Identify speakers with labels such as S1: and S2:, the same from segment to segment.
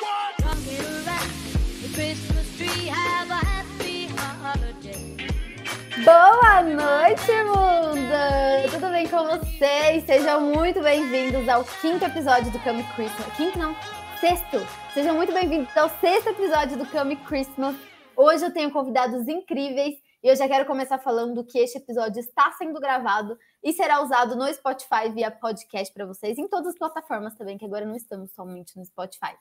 S1: Rocking around the Christmas tree, have a happy holiday.
S2: Boa noite, mundo! Tudo bem com vocês? Sejam muito bem-vindos ao quinto episódio do Come Christmas. Quinto não, sexto. Sejam muito bem-vindos ao sexto episódio do Come Christmas. Hoje eu tenho convidados incríveis e eu já quero começar falando que este episódio está sendo gravado e será usado no Spotify via podcast para vocês, em todas as plataformas também, que agora não estamos somente no Spotify.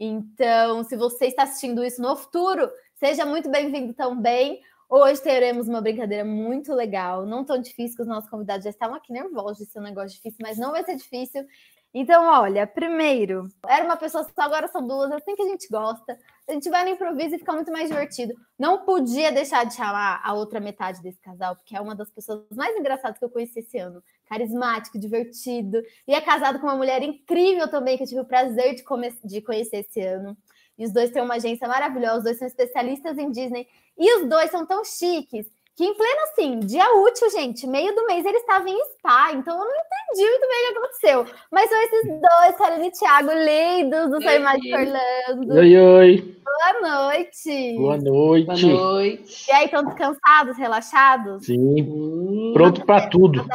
S2: Então, se você está assistindo isso no futuro, seja muito bem-vindo também. Hoje teremos uma brincadeira muito legal, não tão difícil, que os nossos convidados já estavam aqui nervosos de ser um negócio difícil, mas não vai ser difícil. Então, olha, primeiro, era uma pessoa só, agora são duas, assim que a gente gosta. A gente vai no improviso e fica muito mais divertido. Não podia deixar de chamar a outra metade desse casal, porque é uma das pessoas mais engraçadas que eu conheci esse ano. Carismático, divertido, e é casado com uma mulher incrível também, que eu tive o prazer de, come- de conhecer esse ano. E os dois têm uma agência maravilhosa, os dois são especialistas em Disney. E os dois são tão chiques que, em pleno, assim, dia útil, gente, meio do mês ele estava em spa. Então eu não entendi muito bem o que aconteceu. Mas são esses dois, Karine e Thiago, lindos do seu Imagem Orlando.
S3: Oi, oi.
S2: Boa noite.
S3: Boa noite.
S4: Boa noite.
S2: E aí, estão descansados, relaxados?
S3: Sim, pronto pra tudo.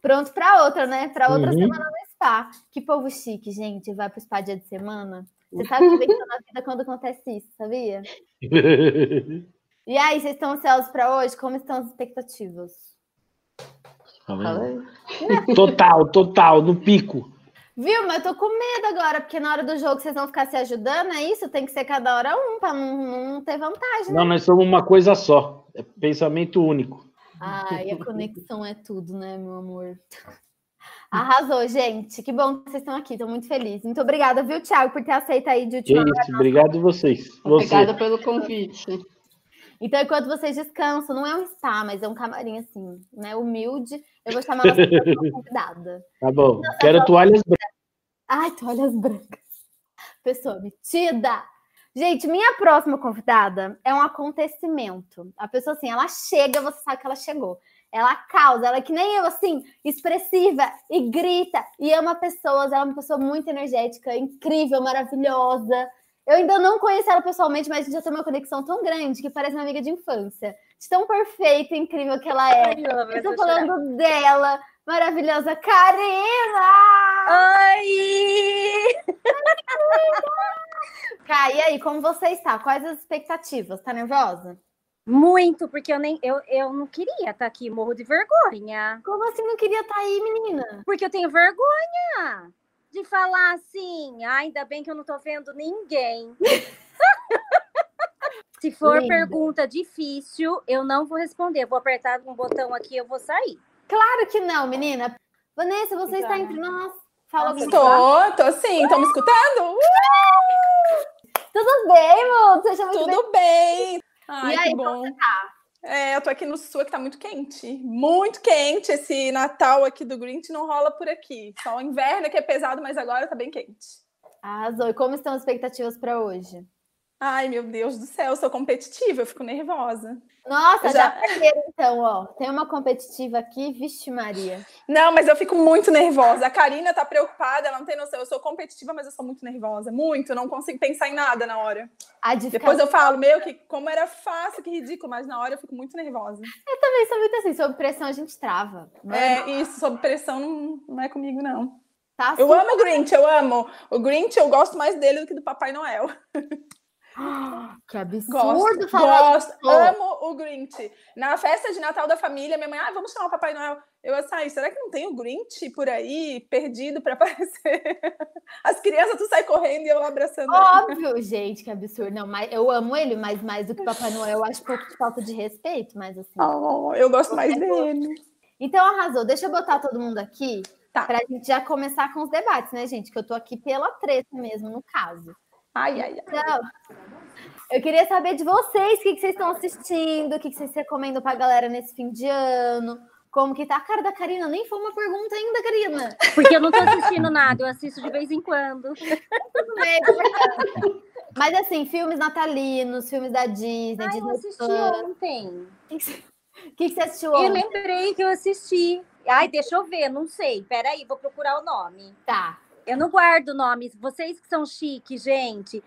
S2: Pronto para outra, né? Para outra
S3: Uhum.
S2: semana no spa. Que povo chique, gente. Vai pro spa dia de semana. Você sabe que vem na vida quando acontece isso, sabia? E aí, vocês estão ansiosos para hoje? Como estão as expectativas?
S4: Fala aí.
S3: Total, total, no pico.
S2: Viu, mas eu tô com medo agora, porque na hora do jogo vocês vão ficar se ajudando, é isso? Tem que ser cada hora um, pra não, não ter vantagem.
S3: Não, nós somos uma coisa só. É pensamento único.
S2: Ai, a conexão é tudo, né, meu amor? Arrasou, gente. Que bom que vocês estão aqui, tô muito feliz. Muito obrigada, viu, Thiago, por ter aceito aí de
S3: Que
S2: última hora.
S3: é isso, obrigado vocês. Você.
S4: Obrigada pelo convite.
S2: Então, enquanto vocês descansam, não é um spa, mas é um camarim assim, né? Humilde. Eu vou chamar a nossa próxima convidada.
S3: Tá bom. Quero toalhas brancas.
S2: Ai, toalhas brancas. Pessoa metida. Gente, minha próxima convidada é um acontecimento. A pessoa, assim, ela chega, você sabe que ela chegou. Ela causa, ela é que nem eu, assim, expressiva e grita e ama pessoas. Ela é uma pessoa muito energética, incrível, maravilhosa. Eu ainda não conheço ela pessoalmente, mas a gente já tem uma conexão tão grande que parece uma amiga de infância. De tão perfeita e incrível que ela é. Eu tô falando dela, maravilhosa Karina!
S5: Oi!
S2: Cá, e aí, como você está? Quais as expectativas? Tá nervosa?
S5: Muito, porque eu nem eu, eu não queria estar aqui, morro de vergonha.
S2: Como assim não queria estar aí, menina?
S5: Porque eu tenho vergonha de falar assim, "Ah, ainda bem que eu não tô vendo ninguém. Se for
S2: Linda.
S5: pergunta difícil, eu não vou responder. Vou apertar um botão aqui, eu vou sair.
S2: Claro que não, menina. Vanessa,
S6: Então,
S2: você
S6: né?
S2: está entre nós. Fala alguma coisa.
S6: Estou, tô sim, estão me escutando? Uh,
S2: Tudo bem, amor? Seja muito bem.
S6: Tudo bem! Ai,
S2: E aí,
S6: que bom. É, eu tô aqui no sul que tá muito quente. Muito quente esse Natal aqui do Grinch não rola por aqui. Só o inverno que é pesado, mas agora tá bem quente.
S2: Arrasou. E como estão as expectativas para hoje?
S6: Ai, meu Deus do céu, eu sou competitiva, eu fico nervosa.
S2: Nossa, já,
S6: Já-
S2: perderam então, ó. Tem uma competitiva aqui, vixe Maria.
S6: Não, mas eu fico muito nervosa. A Karina tá preocupada, ela não tem noção. Eu sou competitiva, mas eu sou muito nervosa. Muito, não consigo pensar em nada na hora.
S2: A de ficar
S6: Depois eu falo, meu, que como era fácil, que ridículo, mas na hora eu fico muito nervosa.
S2: também sou muito assim, sob pressão a gente trava. Não é?
S6: É, isso, sob pressão não, não é comigo, não.
S2: Tá
S6: Eu amo o Grinch, eu amo. O Grinch eu gosto mais dele do que do Papai Noel.
S2: Que
S6: Gosto.
S2: absurdo falar
S6: gosto,
S2: isso.
S6: amo o Grinch. Na festa de Natal da família, minha mãe, ah, vamos chamar o Papai Noel. Eu saí, será que não tem o Grinch por aí, perdido pra aparecer? As crianças tu sai correndo e eu lá abraçando. ela.
S2: Óbvio, gente, que absurdo. Não, mas eu amo ele, mas mais do que Papai Noel, eu acho um pouco de falta de respeito, mas assim.
S6: Oh, eu gosto mais dele.
S2: Então arrasou. Deixa eu botar todo mundo aqui
S6: Tá.
S2: pra gente já começar com os debates, né, gente? Que eu tô aqui pela treta mesmo, no caso.
S6: Ai, ai, ai.
S2: Então, eu queria saber de vocês o que, que vocês estão assistindo, o que, que vocês recomendam pra galera nesse fim de ano. Como que tá a cara da Karina? Nem foi uma pergunta ainda, Karina.
S5: Porque eu não tô assistindo nada, eu assisto de vez em quando.
S2: Tudo bem, é verdade. Mas assim, filmes natalinos, filmes da Disney,
S5: Ai, eu
S2: Disney
S5: assisti
S2: Plus.
S5: ontem.
S2: O que, que você assistiu
S5: Eu
S2: ontem?
S5: lembrei que eu assisti. Ai, deixa eu ver, não sei. Peraí, vou procurar o nome.
S2: Tá.
S5: Eu não guardo nomes. Vocês que são chique, gente.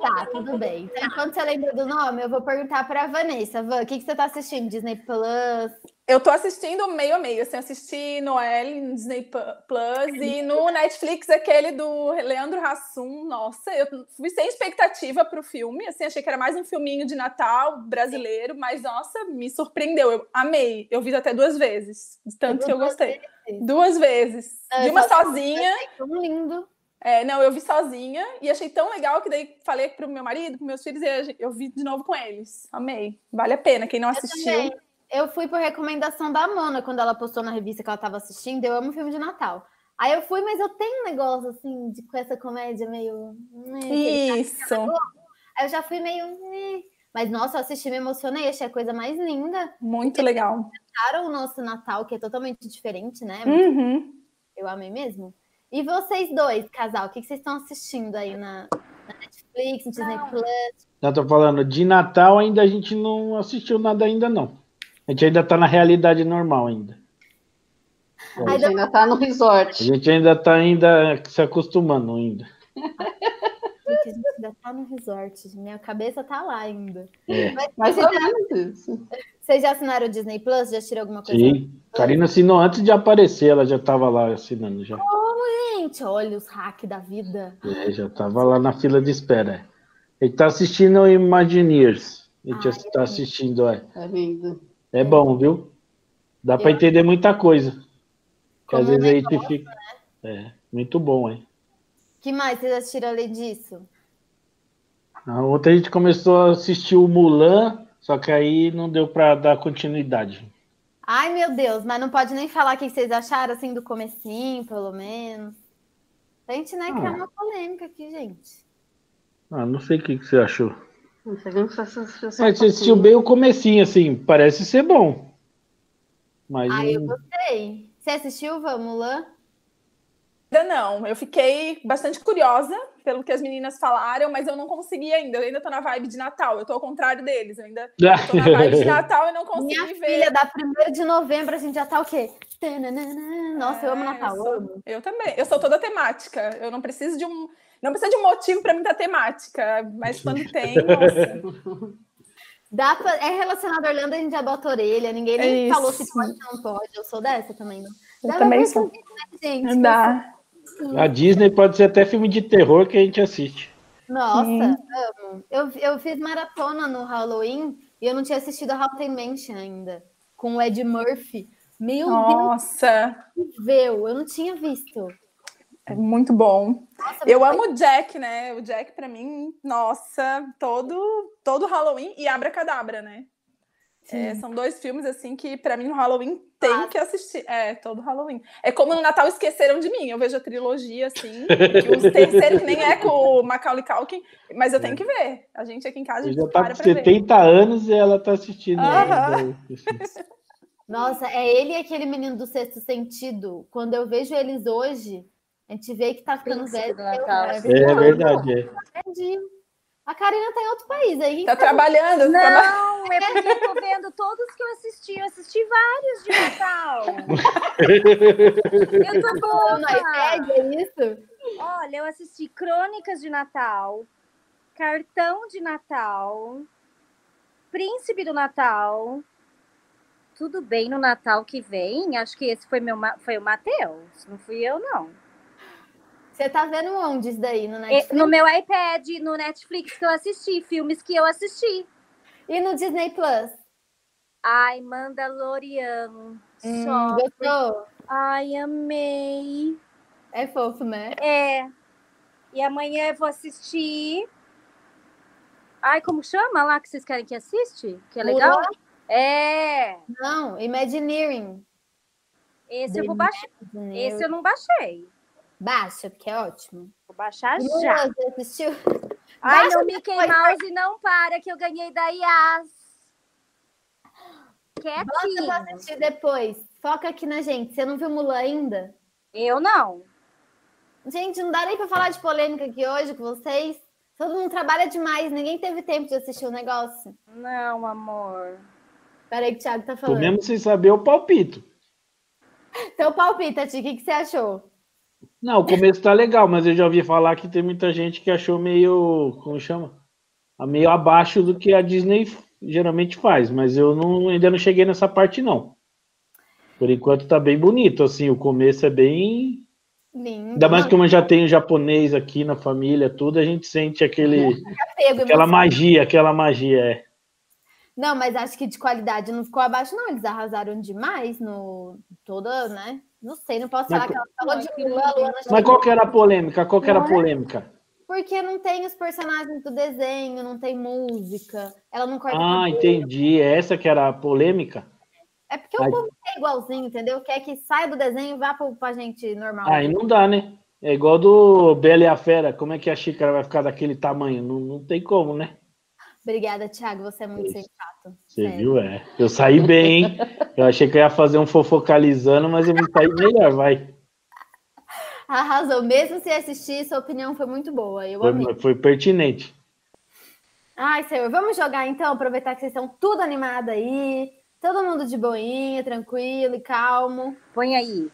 S2: Tá, tudo bem. Então, enquanto você lembra do nome, eu vou perguntar pra Vanessa. Van, o que, que você tá assistindo? Disney Plus?
S6: Eu tô assistindo meio a meio, assim, eu assisti Noelle no Disney Pu- Plus e no Netflix aquele do Leandro Hassum, nossa, eu fui sem expectativa pro filme, assim, achei que era mais um filminho de Natal brasileiro, mas nossa, me surpreendeu, eu amei, eu vi até duas vezes, de tanto que eu gostei. Duas vezes,
S2: Ah,
S6: de
S2: eu
S6: uma
S2: só-
S6: sozinha,
S2: Tão um lindo.
S6: é, não, eu vi sozinha e achei tão legal que daí falei pro meu marido, pros meus filhos e a gen- eu vi de novo com eles, amei, vale a pena, quem não assistiu...
S2: Também. Eu fui por recomendação da Mona quando ela postou na revista que ela tava assistindo. Eu amo filme de Natal. Aí eu fui, mas eu tenho um negócio assim, de, com essa comédia meio. né, aquele-
S6: Isso.
S2: tá Aí eu já fui meio. né. Mas nossa, eu assisti, me emocionei, achei a coisa mais linda.
S6: Muito legal.
S2: Claro, o nosso Natal, que é totalmente diferente, né?
S6: Uhum.
S2: Eu amei mesmo. E vocês dois, casal, o que, que vocês estão assistindo aí na, na Netflix, no Disney Plus?
S3: Eu tô falando, de Natal ainda a gente não assistiu nada ainda, não. A gente ainda tá na realidade normal ainda.
S4: A
S2: Ai,
S4: gente ainda tá no
S3: A
S4: resort.
S3: gente ainda tá ainda se acostumando ainda.
S2: Porque a gente ainda tá no resort, minha cabeça tá lá ainda.
S3: É.
S4: Mais ou menos isso.
S2: Vocês já assinaram o Disney Plus? Já tiraram alguma coisa?
S3: Sim. Karina assinou antes de aparecer, ela já tava lá assinando já.
S2: Gente, olha os hacks da vida.
S3: É, já tava lá na fila de espera. Ele tá assistindo o Imagineers. A gente
S2: Ai,
S3: tá assistindo, é.
S4: Tá lindo.
S3: É bom, viu? Dá pra entender muita coisa. Que às
S2: Como é
S3: vezes a gente fica. É,
S2: né?
S3: muito bom, hein?
S2: que mais vocês assistiram além disso?
S3: Ah, Ontem a gente começou a assistir o Mulan, só que aí não deu pra dar continuidade.
S2: Ai, meu Deus, mas não pode nem falar o que vocês acharam, assim, do comecinho, pelo menos. Pra gente, né, criar
S3: Ah.
S2: uma polêmica aqui, gente.
S3: Ah, não sei o que, que você achou.
S4: Não sei como essas pessoas.
S3: Mas
S2: um
S3: você assistiu bem o comecinho, assim, parece ser bom. Mas
S2: Ai, Ah, eu
S3: não-
S2: gostei. Você assistiu, Van, Mulan?
S6: Ainda não. Eu fiquei bastante curiosa pelo que as meninas falaram, mas eu não consegui ainda. Eu ainda tô na vibe de Natal. Eu tô ao contrário deles. Eu ainda tô na vibe de Natal e não consegui
S2: Minha
S6: ver.
S2: filha, da 1 de novembro, a gente já tá o quê? Tananana. Nossa, eu amo
S6: É,
S2: Natal. Eu
S6: eu sou-
S2: amo.
S6: Eu também. Eu sou toda temática. Eu não preciso de um. Não precisa de um motivo pra mim da temática. Mas quando tem, nossa.
S2: Dá pra- É relacionado a Orlando, a gente já bota a orelha. Ninguém nem
S6: É
S2: falou
S6: isso.
S2: se pode ou não pode. Eu sou dessa também. Não.
S6: Eu
S2: Dá
S6: também
S2: pra
S6: sou.
S2: perceber, né, gente?
S6: Dá.
S3: A Disney pode ser até filme de terror que a gente assiste.
S2: Nossa,
S6: Sim.
S2: amo. Eu, eu fiz maratona no Halloween e eu não tinha assistido a Haunted Mansion ainda. Com o Ed Murphy. Meu
S6: Nossa.
S2: Deus, viveu. Eu não tinha visto.
S6: É muito bom.
S2: Nossa,
S6: Eu
S2: foi-
S6: amo o Jack, né? O Jack, pra mim, nossa, todo, todo Halloween e Abracadabra, né? É, são dois filmes, assim, que pra mim no Halloween tem que assistir. É, todo Halloween. É como no Natal esqueceram de mim. Eu vejo a trilogia, assim, e os terceiros, que nem é com o Macaulay Culkin, mas eu
S5: É.
S6: tenho que ver. A gente aqui em casa, a
S3: Ela
S6: gente
S3: já tá
S6: para
S3: com
S6: pra ver.
S3: 70 anos e ela tá assistindo. né?
S6: Aham.
S2: Nossa, é ele e aquele menino do sexto sentido. Quando eu vejo eles hoje, a gente vê que tá ficando
S4: Príncipe
S2: velho.
S4: do Natal. assim.
S2: Eu-
S3: É, verdade, é.
S2: Entendi. A Karina tá em outro país aí.
S6: Tá trabalhando, tá traba-
S5: Não, é porque eu tô vendo todos que eu assisti. Eu assisti vários de Natal. Eu tô
S2: Tá no
S5: boa.
S2: iPad, é isso?
S5: Olha, eu assisti Crônicas de Natal, Cartão de Natal, Príncipe do Natal. Tudo bem no Natal que vem? Acho que esse foi, meu, Ma- foi o Matheus. Não fui eu, não.
S2: Você tá vendo onde isso daí? No
S5: É,
S2: Netflix?
S5: no meu iPad, no Netflix que eu assisti, filmes que eu assisti.
S2: E no Disney Plus?
S5: Ai, Mandalorian.
S2: Hum,
S5: Só.
S2: gostou?
S5: Ai, amei.
S2: É fofo, né?
S5: É. E amanhã eu vou assistir. Ai, como chama lá que vocês querem que assiste? Que é legal?
S2: Mulan?
S5: É.
S2: Não, Imagineering.
S5: Esse eu vou baixar.
S2: Disney.
S5: Esse eu não baixei.
S2: Baixa, porque é ótimo.
S5: Vou baixar
S2: Lua,
S5: já.
S2: você assistiu?
S5: Ai,
S2: Baixa
S5: não Mickey
S2: depois,
S5: Mouse não para que eu ganhei da Yas.
S2: Bota pra
S5: Quietinho.
S2: assistir depois. Foca aqui na gente. Você não viu Mulan ainda?
S5: Eu não.
S2: Gente, não dá nem pra falar de polêmica aqui hoje com vocês. Todo mundo trabalha demais, ninguém teve tempo de assistir o negócio.
S5: Não, amor.
S2: Peraí que o Thiago tá
S3: Tô
S2: falando.
S3: mesmo sem saber o palpito.
S2: Então palpita, Ti, o que, que você achou?
S3: Não, o começo tá legal, mas eu já ouvi falar que tem muita gente que achou meio. Como chama? Ah, Meio abaixo do que a Disney geralmente faz, mas eu não- ainda não cheguei nessa parte, não. Por enquanto tá bem bonito, assim, o começo é bem.
S2: Lindo.
S3: Ainda mais como eu já tenho japonês aqui na família, tudo, a gente sente aquele,
S6: Uhum.
S2: Pego,
S3: aquela
S2: emoção.
S3: magia, aquela magia, é.
S2: Não, mas acho que de qualidade não ficou abaixo, não. Eles arrasaram demais no. Toda, né? Não sei, não posso
S3: Mas
S2: falar que ela falou de Mulan, a Luana
S3: Mas
S2: chegou,
S3: qual que era a polêmica? Qual que era a
S6: é?
S3: polêmica?
S2: Porque não tem os personagens do desenho, não tem música. Ela não corta.
S3: Ah,
S2: cabelo.
S3: entendi. Essa que era a polêmica?
S2: É porque o
S3: Ai.
S2: povo é igualzinho, entendeu? Quer que saia do desenho e vá pro, pra gente normal.
S5: Ah.
S3: Aí não dá, né? É igual do Bela e a Fera. Como é que a xícara vai ficar daquele tamanho? Não, não tem como, né?
S2: Obrigada, Thiago. Você é muito
S3: Isso.
S2: sensato.
S3: Você
S2: sério.
S3: viu? É. Eu saí bem, hein? Eu achei que eu ia fazer um fofocalizando, mas eu me saí melhor, vai.
S2: Arrasou. Mesmo se assistir, sua opinião foi muito boa. Eu amei.
S3: Foi, foi pertinente.
S2: Ai, senhor, vamos jogar então, aproveitar que vocês estão tudo animado aí. Todo mundo de boinha, tranquilo e calmo.
S5: Põe aí.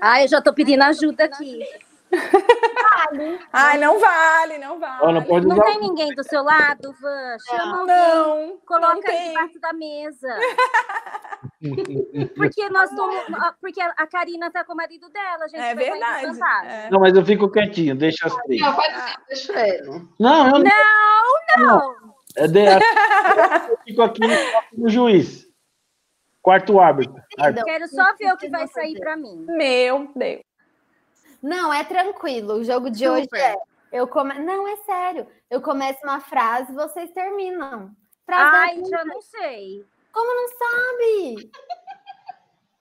S5: Ah, eu já tô pedindo ajuda aqui.
S6: Ai, não vale, não vale.
S3: Ó, não pode
S5: Não
S3: usar.
S5: tem ninguém do seu lado, Van? Chama alguém.
S6: Não, não
S5: Coloca aí
S6: tem.
S5: debaixo da mesa. Porque nós somos. Porque a Karina tá com o marido dela, a gente.
S6: É
S5: vai sair de
S6: verdade.
S5: vantagem.
S6: é.
S3: Não, mas eu fico quietinho, deixa as três.
S4: Não, pode ser, deixa ele.
S3: Não, eu não.
S5: Não,
S3: É de... Eu fico aqui no juiz. Quarto árbitro. árbitro.
S5: quero só ver o que vai sair pra mim.
S6: Meu Deus.
S2: Não, é tranquilo. O jogo de hoje
S4: Super.
S2: é. Eu come... Não, é sério. Eu começo uma frase vocês terminam. Frase
S5: Ai,
S2: Ai,
S5: já não sei.
S2: Como não sabe?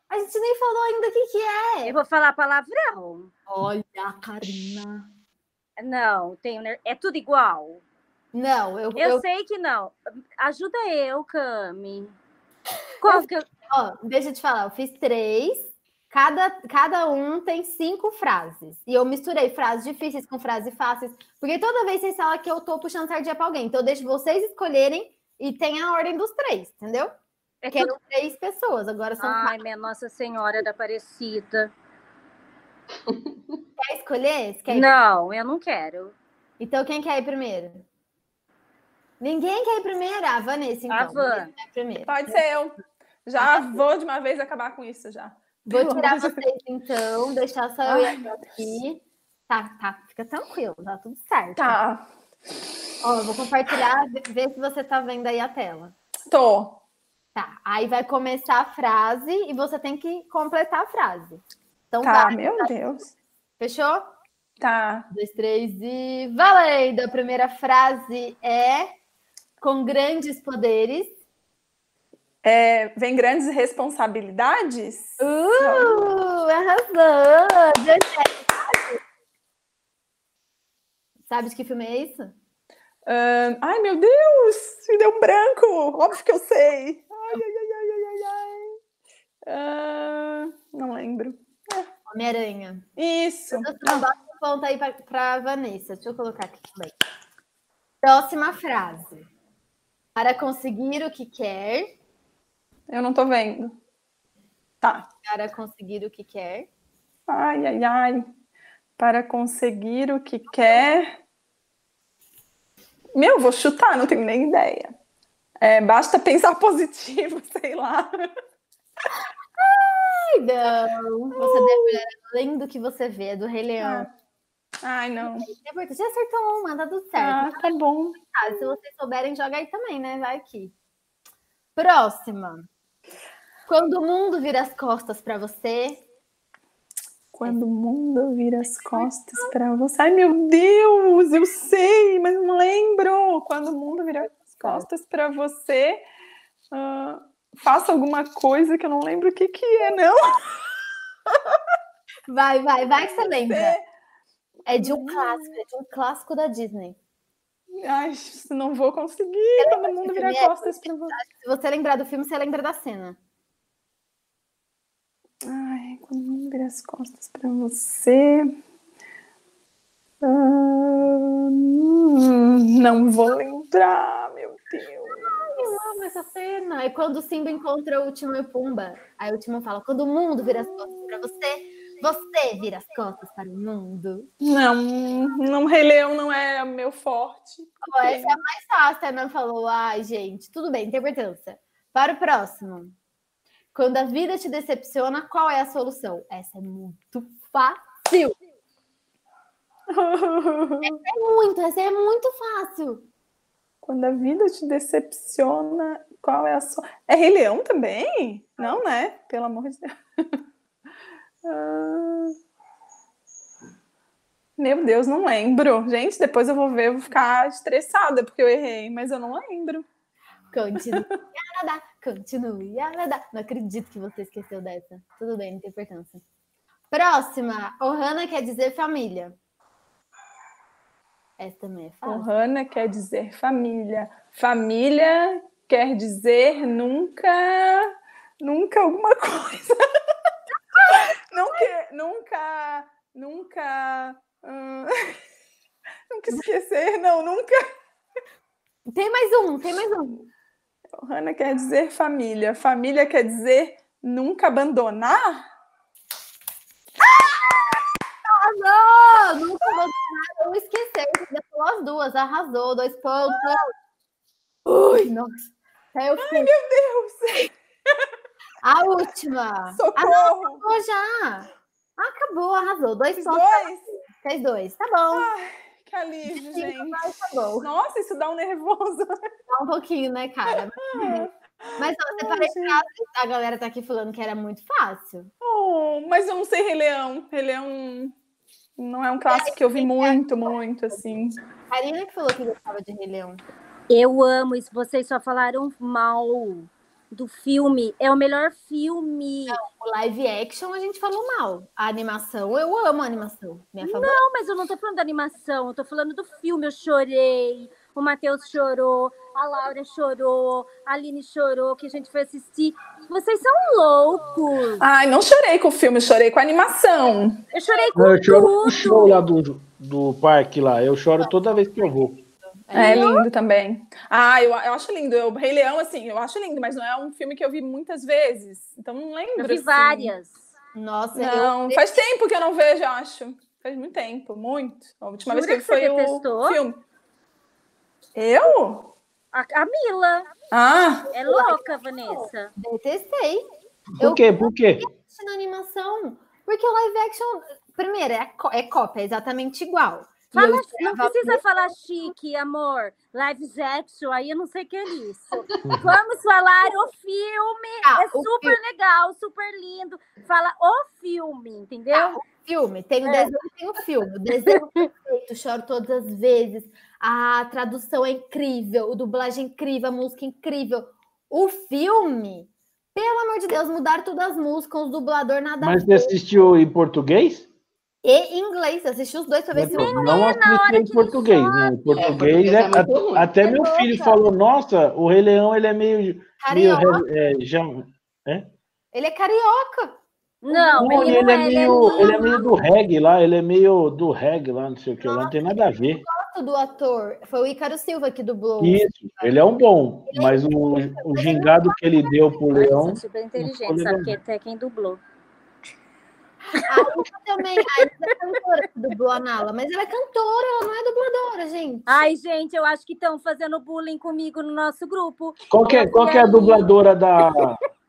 S2: A gente nem falou ainda o que, que é.
S5: Eu vou falar palavrão.
S2: Olha, Karina.
S5: Não, tenho. ner- É tudo igual.
S2: Não, eu,
S5: Eu
S2: eu-
S5: sei que não. Ajuda eu, Cami. Qual que eu...
S2: ó, deixa eu te falar, eu fiz três. Cada, cada um tem cinco frases. E eu misturei frases difíceis com frases fáceis. Porque toda vez vocês falam que eu tô puxando sardinha pra alguém. Então eu deixo vocês escolherem e tem a ordem dos três, entendeu?
S5: É
S2: Porque
S5: tudo... Ah.
S2: eram três pessoas, agora são quatro.
S5: Ai, minha Nossa Senhora da Aparecida.
S2: Quer escolher? Você Quer ir
S5: Não, eu não quero.
S2: Então, quem quer ir primeiro? Ninguém quer ir primeiro? Ah, Vanessa, então.
S5: A Van. Tá
S2: Vanessa vai primeiro.
S6: Pode ser eu. Já vou de uma vez acabar com isso já.
S2: Tá Vou
S6: Pelo
S2: tirar
S6: amor de
S2: vocês, então, deixar só eu e a Van aqui. Tá, tá, fica tranquilo, tá tudo certo.
S6: Tá,
S2: Ó, eu vou compartilhar, vê- vê se você tá vendo aí a tela.
S6: tô.
S2: Tá, aí vai começar a frase e você tem que completar a frase. Então
S6: Tá,
S2: vai,
S6: meu Deus.
S2: fechou?
S6: Tá.
S2: Um, dois, três e valendo! A primeira frase é com grandes poderes.
S6: É, vem grandes responsabilidades?
S2: Uh, arrasou! Deu certo, sabe? Sabe de que filme é isso?
S6: Ahn, ai, meu Deus! Me deu um branco! Óbvio que eu sei! Ai, ai, ai, ai, ai, ai, ai. Ahn, não lembro.
S2: Homem-Aranha.
S6: Isso.
S2: Eu só boto um ponto aí pra, pra Vanessa. Deixa eu colocar aqui também. Próxima frase. Para conseguir o que quer.
S6: Eu não tô vendo. Tá.
S2: Para conseguir o que quer.
S6: Ai, ai, ai. Para conseguir o que quer. Meu, vou chutar, não tenho nem ideia. É, basta pensar positivo, sei lá.
S2: Ai, não! Você deve olhar além do que você vê, é do Rei Leão.
S6: Ah. Ai, não.
S2: É porque Você acertou uma, tá tudo certo.
S6: Ah, tá bom.
S2: Ah, se vocês souberem, joga aí também, né? Vai aqui. Próxima. Quando o mundo vira as costas pra você,
S6: Quando o mundo vira as costas para você. Ai, meu Deus, eu sei, mas não lembro. Quando o mundo vira as
S2: Tá.
S6: costas para você, ah, faça alguma coisa que eu não lembro o que que é, não.
S2: vai, vai, vai que você lembra. É de um clássico, é de um clássico da Disney.
S6: Ai, não vou conseguir. Quando o mundo vira as costas para você.
S2: Se você lembrar do filme, você lembra da cena.
S6: Ai, quando o mundo vira as costas para você. Ah, hum, não vou lembrar, meu Deus.
S2: Eu amo essa cena. É quando o Simba encontra o Timão e o Pumba. Aí o Timão fala, quando o mundo vira as costas pra você, você você vira as costas para o mundo.
S6: Não, não, Rei Leão não é meu forte.
S2: Ó, essa é a mais fácil. A Nan falou: ai, gente, tudo bem, não tem importância. Para o próximo. Quando a vida te decepciona, qual é a solução? Essa é muito fácil. É muito, essa é muito fácil.
S6: Quando a vida te decepciona, qual é a sua. É Rei Leão também? Não, né? Pelo amor de Deus. Ah. Meu Deus, não lembro. Gente, depois eu vou ver, eu vou ficar estressada porque eu errei, mas eu não lembro.
S2: Continue a nadar, continue a nadar. Não acredito que você esqueceu dessa. Tudo bem, não tem importância. Próxima. Ohana quer dizer família. Essa também é fácil.
S6: Ohana quer dizer família. Família quer dizer nunca, nunca alguma coisa. nunca, nunca, nunca, hum, nunca esquecer, não, nunca.
S2: Tem mais um, tem mais um.
S6: Ohana quer dizer família. Família quer dizer nunca abandonar?
S2: Arrasou! Nunca vou não esquecer das suas duas. Arrasou, dois pontos. Ui, nossa. Até eu
S6: Ai,
S2: fiquei.
S6: meu Deus!
S2: A última. Ah, não,
S6: Socorro!
S2: acabou já. Acabou, arrasou. Dois
S6: Os
S2: pontos.
S6: dois! Ah.
S2: Fez dois. Tá bom.
S6: Que
S2: Cinco,
S6: alívio, gente.
S2: mas tá bom.
S6: Nossa, isso dá um nervoso.
S2: Dá um pouquinho, né, cara? Mas ó, separei frases. A galera tá aqui falando que era muito fácil.
S6: Oh, mas eu não sei Rei Leão. Rei Leão não é um clássico que eu vi muito, muito, assim.
S2: Karina que falou que gostava de Rei Leão.
S5: Eu amo isso. Vocês só falaram mal do filme. É o melhor filme. Não,
S2: O live action a gente falou mal. A animação, eu amo a animação. Minha favorita.
S5: mas eu não tô falando da animação. Eu tô falando do filme. Eu chorei. O Matheus chorou. A Laura chorou. A Aline chorou. Que a gente foi assistir. Vocês são loucos.
S6: Ai, não chorei com o filme, chorei com a animação.
S5: Eu chorei com
S3: Eu choro no
S5: tudo.
S3: show lá do, do parque lá. Eu choro toda vez que eu vou.
S6: É lindo também. Ah, eu, eu acho lindo. Eu, Rei Leão, assim, eu acho lindo, mas não é um filme que eu vi muitas vezes. Então não lembro.
S5: Eu vi
S6: assim.
S5: várias.
S2: Nossa,
S6: Não,
S2: eu
S6: faz tempo que eu não vejo, eu acho. Faz muito tempo, muito. A última
S5: Jura
S6: vez que,
S5: que
S6: eu
S5: você
S6: vi foi
S5: detestou?
S6: o filme. Eu?
S5: A Camila.
S6: Ah,
S5: É louca, Vanessa.
S2: detestei.
S3: Por quê? Por quê?
S2: assistindo animação. Porque o live action, primeiro, é, co- é cópia, é exatamente igual. E eu
S5: Fala, não
S2: esperava
S5: precisa falar chique, amor. Live action, aí eu não sei o que é isso.
S2: Uhum.
S5: Vamos falar o filme.
S2: Ah,
S5: é
S2: o
S5: super legal, super lindo. Fala o filme,
S3: Ah,
S5: entendeu?
S2: filme, tem o
S5: É.
S2: desenho e tem o filme. O desenho é perfeito, choro todas as vezes. A tradução é incrível, o dublagem é incrível, a música é incrível. O filme, pelo amor de Deus, mudaram todas as músicas, o dublador nada
S3: Mas
S2: a
S5: um
S3: você
S2: ver.
S3: assistiu em português?
S2: E em inglês, eu assisti os dois pra ver se é eu...
S3: Não, não assisti
S5: é hora
S3: em
S5: que
S3: português, né? Em português
S4: É,
S3: é,
S4: porque é muito ruim.
S3: até meu
S2: É
S3: filho
S2: louca.
S3: falou: Nossa, o Rei Leão ele é meio, meio
S2: Carioca,
S3: é, jam-
S2: ele é carioca.
S5: Não,
S3: Não,
S5: ele, não é, ele é lindo.
S3: ele é meio do reggae lá, ele é meio do reggae lá, não sei o que lá, não tem nada a ver.
S2: O do ator foi o Ícaro Silva que dublou.
S3: Isso, ele é um bom, mas o, o gingado que ele deu pro é Leão.
S5: Nossa, super
S3: não
S5: inteligente,
S3: foi
S5: sabe?
S3: legal.
S5: Porque até quem dublou.
S2: A Isa também, a Isa é cantora que dublou a Nala, mas ela é cantora, ela não é dubladora, gente.
S5: Ai, gente, eu acho que estão fazendo bullying comigo no nosso grupo.
S3: Qual que é, qual que é a
S5: Nossa,
S3: dubladora da,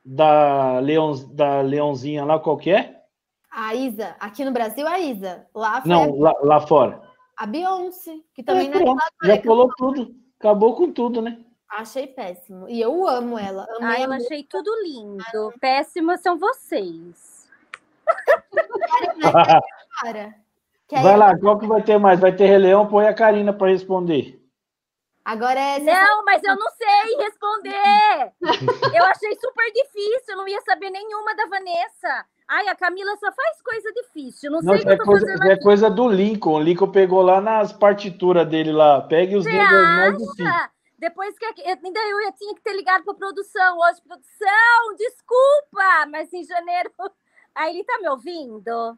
S3: da, Leão, da Leãozinha lá, qual que é?
S2: A Isa, aqui no Brasil, a Isa. Lá foi
S5: É.
S3: Não, lá, lá fora.
S2: a Beyoncé, que também
S3: É,
S2: não é
S3: pronto,
S2: dubladora,
S5: né,
S3: já
S2: é cantora.
S3: falou tudo, acabou com tudo, né?
S2: Achei péssimo. E eu amo ela. Amei
S5: Ai, eu
S2: a
S5: achei tudo lindo. Péssimas são vocês. tá
S2: cara. Que aí-
S3: Vai lá, qual que vai ter mais? Vai ter Rei Leão, põe a Karina para responder.
S2: Agora é essa
S5: Não, mas eu não sei responder. Eu achei super difícil, eu não ia saber nenhuma da Vanessa. Ai, a Camila só faz coisa difícil. Não,
S3: Não,
S5: sei o
S3: isso
S5: que
S3: é
S5: eu tô
S3: coisa,
S5: fazendo
S3: isso é
S5: aqui.
S3: coisa do Lincoln. O Lincoln pegou lá nas partituras dele lá. Pegue os
S5: Você
S3: dedos mais do fim.
S5: acha? Depois que eu, ainda eu ia- tinha que ter ligado para produção hoje, produção, desculpa, mas em janeiro. Aí ele tá me ouvindo?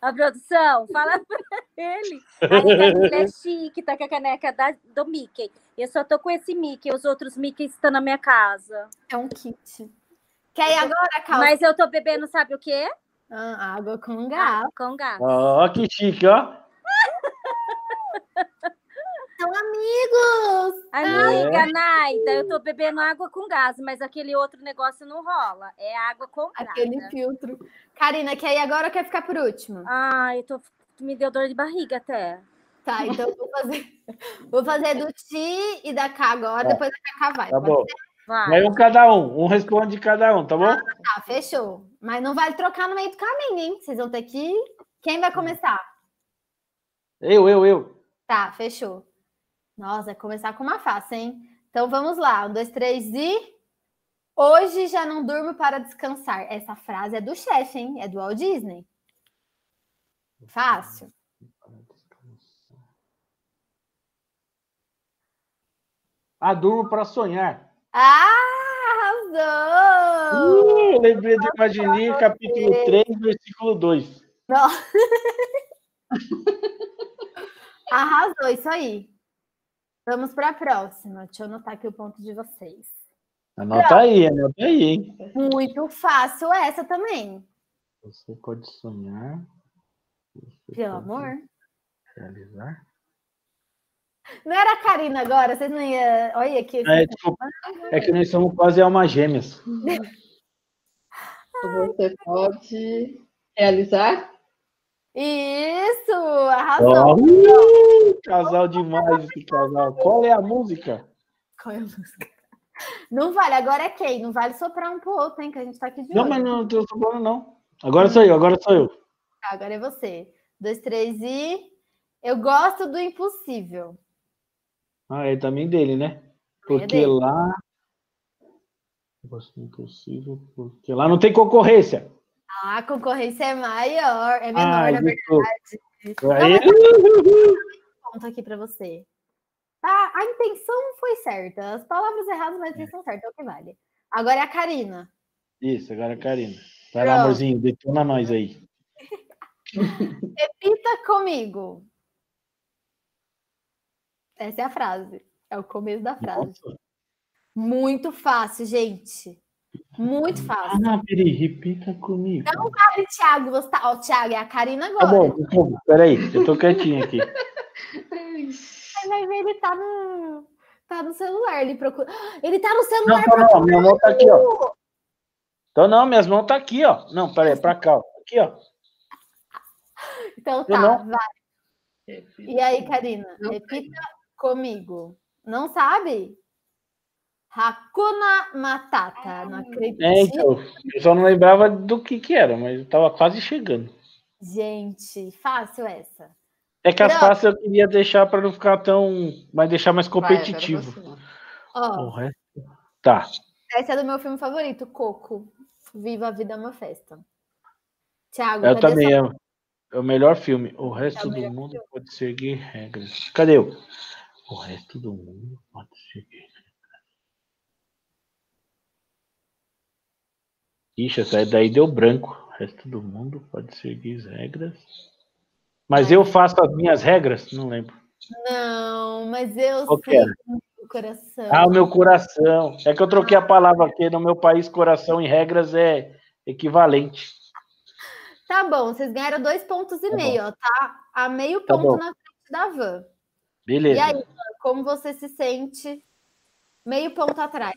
S5: A produção, fala pra ele. Aí a Camila é chique, tá com a caneca da- do Mickey. Eu só tô com esse Mickey, os outros Mickey estão na minha casa.
S2: é um kit. Que aí agora, Cal,
S5: Mas eu tô bebendo, sabe o quê?
S2: Ah, água com gás.
S5: Com gato.
S3: Ó, que chique, ó. Tá
S2: São
S5: Ah,
S2: amigos!
S5: Amiga, Naida, eu tô bebendo água com gás, mas aquele outro negócio não rola. É água comprada.
S2: Aquele filtro. Karina, que aí agora quer ficar por último.
S5: Ai, tô... me deu dor de barriga até.
S2: Tá, então eu vou fazer. Vou fazer do Ti e da K agora,
S3: Tá.
S2: depois da K
S5: É
S2: vai.
S3: Tá
S2: Pode
S3: bom.
S2: ser?
S3: Vai
S5: Vai.
S3: um cada um. Um responde cada um, tá bom?
S2: Tá, fechou. Mas não vale trocar no meio do caminho, hein? Vocês vão ter que. ir. Quem
S3: Hum.
S2: vai começar?
S3: Eu, eu, eu.
S2: Tá, fechou. Nossa, é começar com uma fácil, hein? Então vamos lá. Um, dois, três e. Hoje já não durmo para descansar. Essa frase é do chefe, hein? É do Walt Disney. Fácil.
S3: Ah, durmo pra sonhar.
S2: Ah, arrasou!
S3: Uh, lembrei do Imagininho, capítulo 3, versículo 2.
S2: Arrasou, isso aí. Vamos para a próxima. Deixa eu anotar aqui o ponto de vocês.
S3: Anota aí, anota aí, hein?
S2: Muito fácil essa também.
S3: Você pode sonhar. você
S2: Pelo
S3: pode
S2: amor.
S3: Realizar.
S2: Não era a Karina agora? Vocês não iam. Olha aqui.
S3: É, desculpa. É que nós somos quase almas gêmeas.
S4: Você pode realizar?
S2: Isso! Arrasou.
S3: Ó, uh, casal demais esse casal. Qual é a música?
S2: Qual é a música? Não vale, agora é quem? Não vale soprar um pro outro, hein? Que a gente tá aqui de
S3: Não,
S2: olho.
S3: mas não estou falando, não. Agora sou eu, agora sou eu.
S2: Tá, agora é você. Dois, três e. Eu gosto do impossível.
S3: Ah, é também dele, né? Porque
S2: é dele.
S3: lá. Negócio impossível, porque lá não tem concorrência.
S2: Ah, a concorrência é maior, é menor,
S3: Ah,
S2: na verdade. Tá
S3: desculpa.
S2: Não,
S3: Aí,
S2: ponto aqui para você. Tá, a intenção foi certa. As palavras erradas, mas a intenção certa é o que vale. Agora é a Karina.
S3: Isso, agora é a Karina. Vai lá,
S2: Pronto.
S3: amorzinho, detona nós aí.
S2: Repita comigo. Essa é a frase. É o começo da frase.
S3: Nossa.
S2: Muito fácil, gente. Muito fácil.
S3: Ah, peraí, repita comigo.
S2: Ai, Thiago, você tá. Ó, Thiago, é a Karina
S3: Tá
S2: agora.
S3: bom, desculpa, peraí, eu tô quietinho aqui.
S2: Aí vai ver, ele tá no. Tá no celular. Ele procura. Ele tá no
S3: Não,
S2: celular.
S3: tá não, minha mão tá aqui, ó. Então não, minhas mãos tá aqui, ó. Não, peraí, pra cá, ó. Aqui, ó.
S2: Então
S3: Eu
S2: tá,
S3: não.
S2: vai. E aí, Karina?
S4: Não,
S2: repita comigo. Não sabe? Hakuna Matata. Não acredito.
S3: É, então, eu só não lembrava do que que era, mas eu tava quase chegando.
S2: Gente, fácil essa.
S3: É que as
S2: Não.
S3: faces eu queria deixar pra não ficar tão. Mas deixar mais competitivo.
S4: Vai, agora você.
S2: Ó,
S3: O resto. Tá.
S2: essa é do meu filme favorito, Coco. Viva a vida é uma festa. Tiago,
S3: Eu
S2: cadê
S3: também
S2: sua-
S3: amo. É o melhor filme. O resto
S2: É o melhor
S3: do mundo pode seguir regras. Cadê eu? O resto do mundo pode seguir regras. Ixi, essa daí deu branco. O resto do mundo pode seguir as regras.
S2: É.
S3: Mas eu faço as minhas regras? Não lembro.
S2: Não, mas eu
S3: Qual que
S2: sei
S3: era?
S2: do meu coração.
S3: Ah, o meu coração. É que eu troquei a palavra aqui. No meu país, coração e regras é equivalente.
S2: Tá bom, vocês ganharam dois pontos e
S3: Tá bom.
S2: meio, ó, tá? A meio
S3: Tá
S2: ponto
S3: bom.
S2: na frente da van. E
S3: Beleza.
S2: aí, Ivan, como você se sente meio ponto atrás?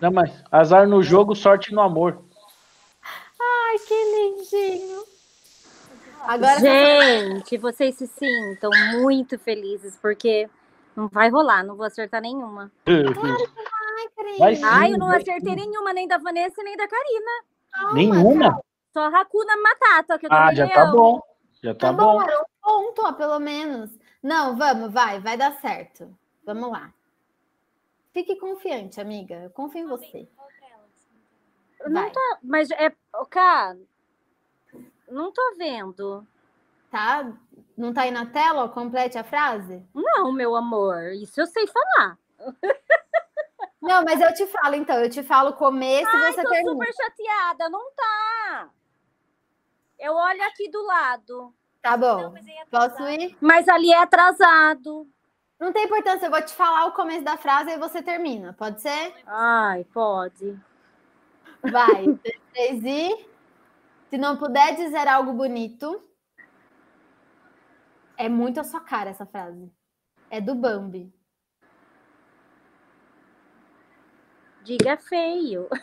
S3: Não, mas azar no jogo, sorte no amor.
S2: Ai, que lindinho. Agora,
S5: Gente, vocês se sintam muito felizes, porque não vai rolar, não vou acertar nenhuma.
S3: Vai
S2: tá Karine,
S3: sim,
S5: Ai, eu não
S3: vai
S5: acertei
S3: sim.
S5: nenhuma, nem da Vanessa, nem da Karina.
S2: calma,
S3: Nenhuma?
S5: Só a Hakuna Matata, que eu tô
S3: Ah, já tá
S5: ganhando.
S3: bom. Já
S2: Tá,
S3: tá
S2: bom,
S3: bom.
S2: era um ponto, ó, pelo menos. Não, vamos, vai, vai dar certo. Vamos lá. Fique confiante, amiga. Eu confio em você.
S5: Não
S2: Vai,
S5: Mas é, ô, cara, não tô vendo.
S2: tá? Não tá aí na tela? ó, Complete a frase?
S5: Não, meu amor, isso eu sei falar.
S2: Não, mas eu te falo então. Eu te falo o começo e você
S5: Tô
S2: termina.
S5: super chateada, não tá. Eu olho aqui do lado,
S2: Tá bom. Posso ir?
S5: mas ali é atrasado.
S2: Não tem importância, eu vou te falar o começo da frase e você termina. Pode ser?
S5: Ai, pode.
S2: Vai. vocês e se não puder dizer algo bonito, é muito a sua cara essa frase. É do Bambi.
S5: Diga feio.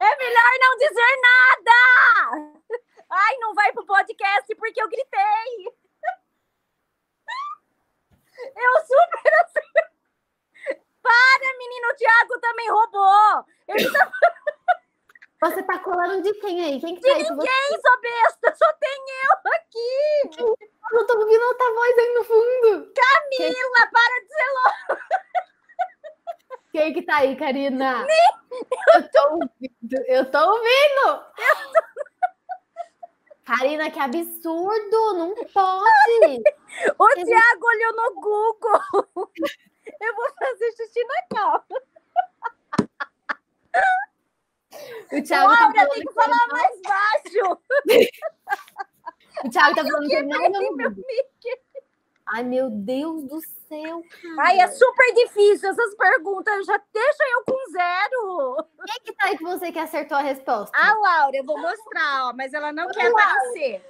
S5: é melhor não dizer nada! Ai, não vai pro podcast porque eu gritei! Eu super assim. Para, menino o Thiago também roubou! Ele tá...
S2: Você tá colando de quem aí? Quem que
S5: De
S2: tá aí? com você?
S5: ninguém, sua besta! Só tem eu aqui!
S2: Eu não tô ouvindo outra voz aí no fundo.
S5: Camila, para de ser louca!
S2: Quem que tá aí, Karina? Eu tô ouvindo. Eu tô ouvindo. Karina, que absurdo. Não pode.
S5: O
S2: Eu-
S5: Thiago olhou no Google! Eu vou fazer xixi na calça.
S2: O Thiago tá
S5: Laura,
S2: falando,
S5: tem que falar mais baixo!
S2: o Thiago tá falando que
S5: Quebrei
S2: não
S5: meu
S2: é meu
S5: mic.
S2: Ai, meu Deus do céu, cara.
S5: Ai, é super difícil essas perguntas. Já deixa eu com zero.
S2: Quem que tá aí que você que acertou a resposta?
S5: A Laura, eu vou mostrar, ó, mas ela não quer aparecer.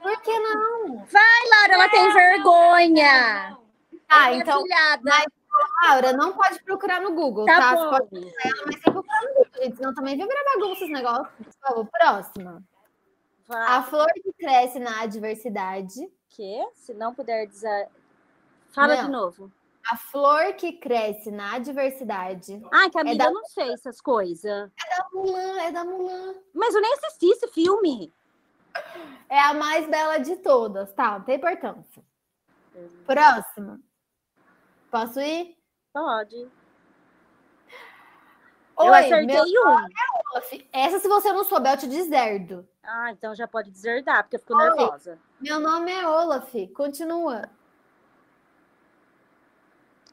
S2: Por que não?
S5: Ai, Laura, ela tem vergonha.
S2: Ah,
S5: Ela é
S2: então,
S5: filhada.
S2: Laura, não pode procurar no Google, tá?
S5: Tá
S2: Você pode
S5: bom.
S2: procurar, mas tem que procurar no Google, gente. Senão também vira bagunça esse negócio. Por favor, próxima.
S5: Vai.
S2: A flor que cresce na adversidade.
S5: quê? Se não puder dizer... Fala
S2: Não.
S5: de novo.
S2: A flor que cresce na adversidade.
S5: Ai, Camila,
S2: É da-
S5: eu não sei essas coisas.
S2: É da Mulan, é da Mulan.
S5: Mas eu nem assisti esse filme.
S2: É a mais bela de todas, tá? Não tem importância. Próxima. Posso ir?
S5: Pode.
S2: Oi,
S5: eu acertei
S2: meu
S5: um.
S2: Olaf. Essa, se você não souber, eu te deserdo.
S5: Ah, então já pode deserdar, porque eu fico
S2: Oi.
S5: nervosa.
S2: Meu nome é Olaf. Continua.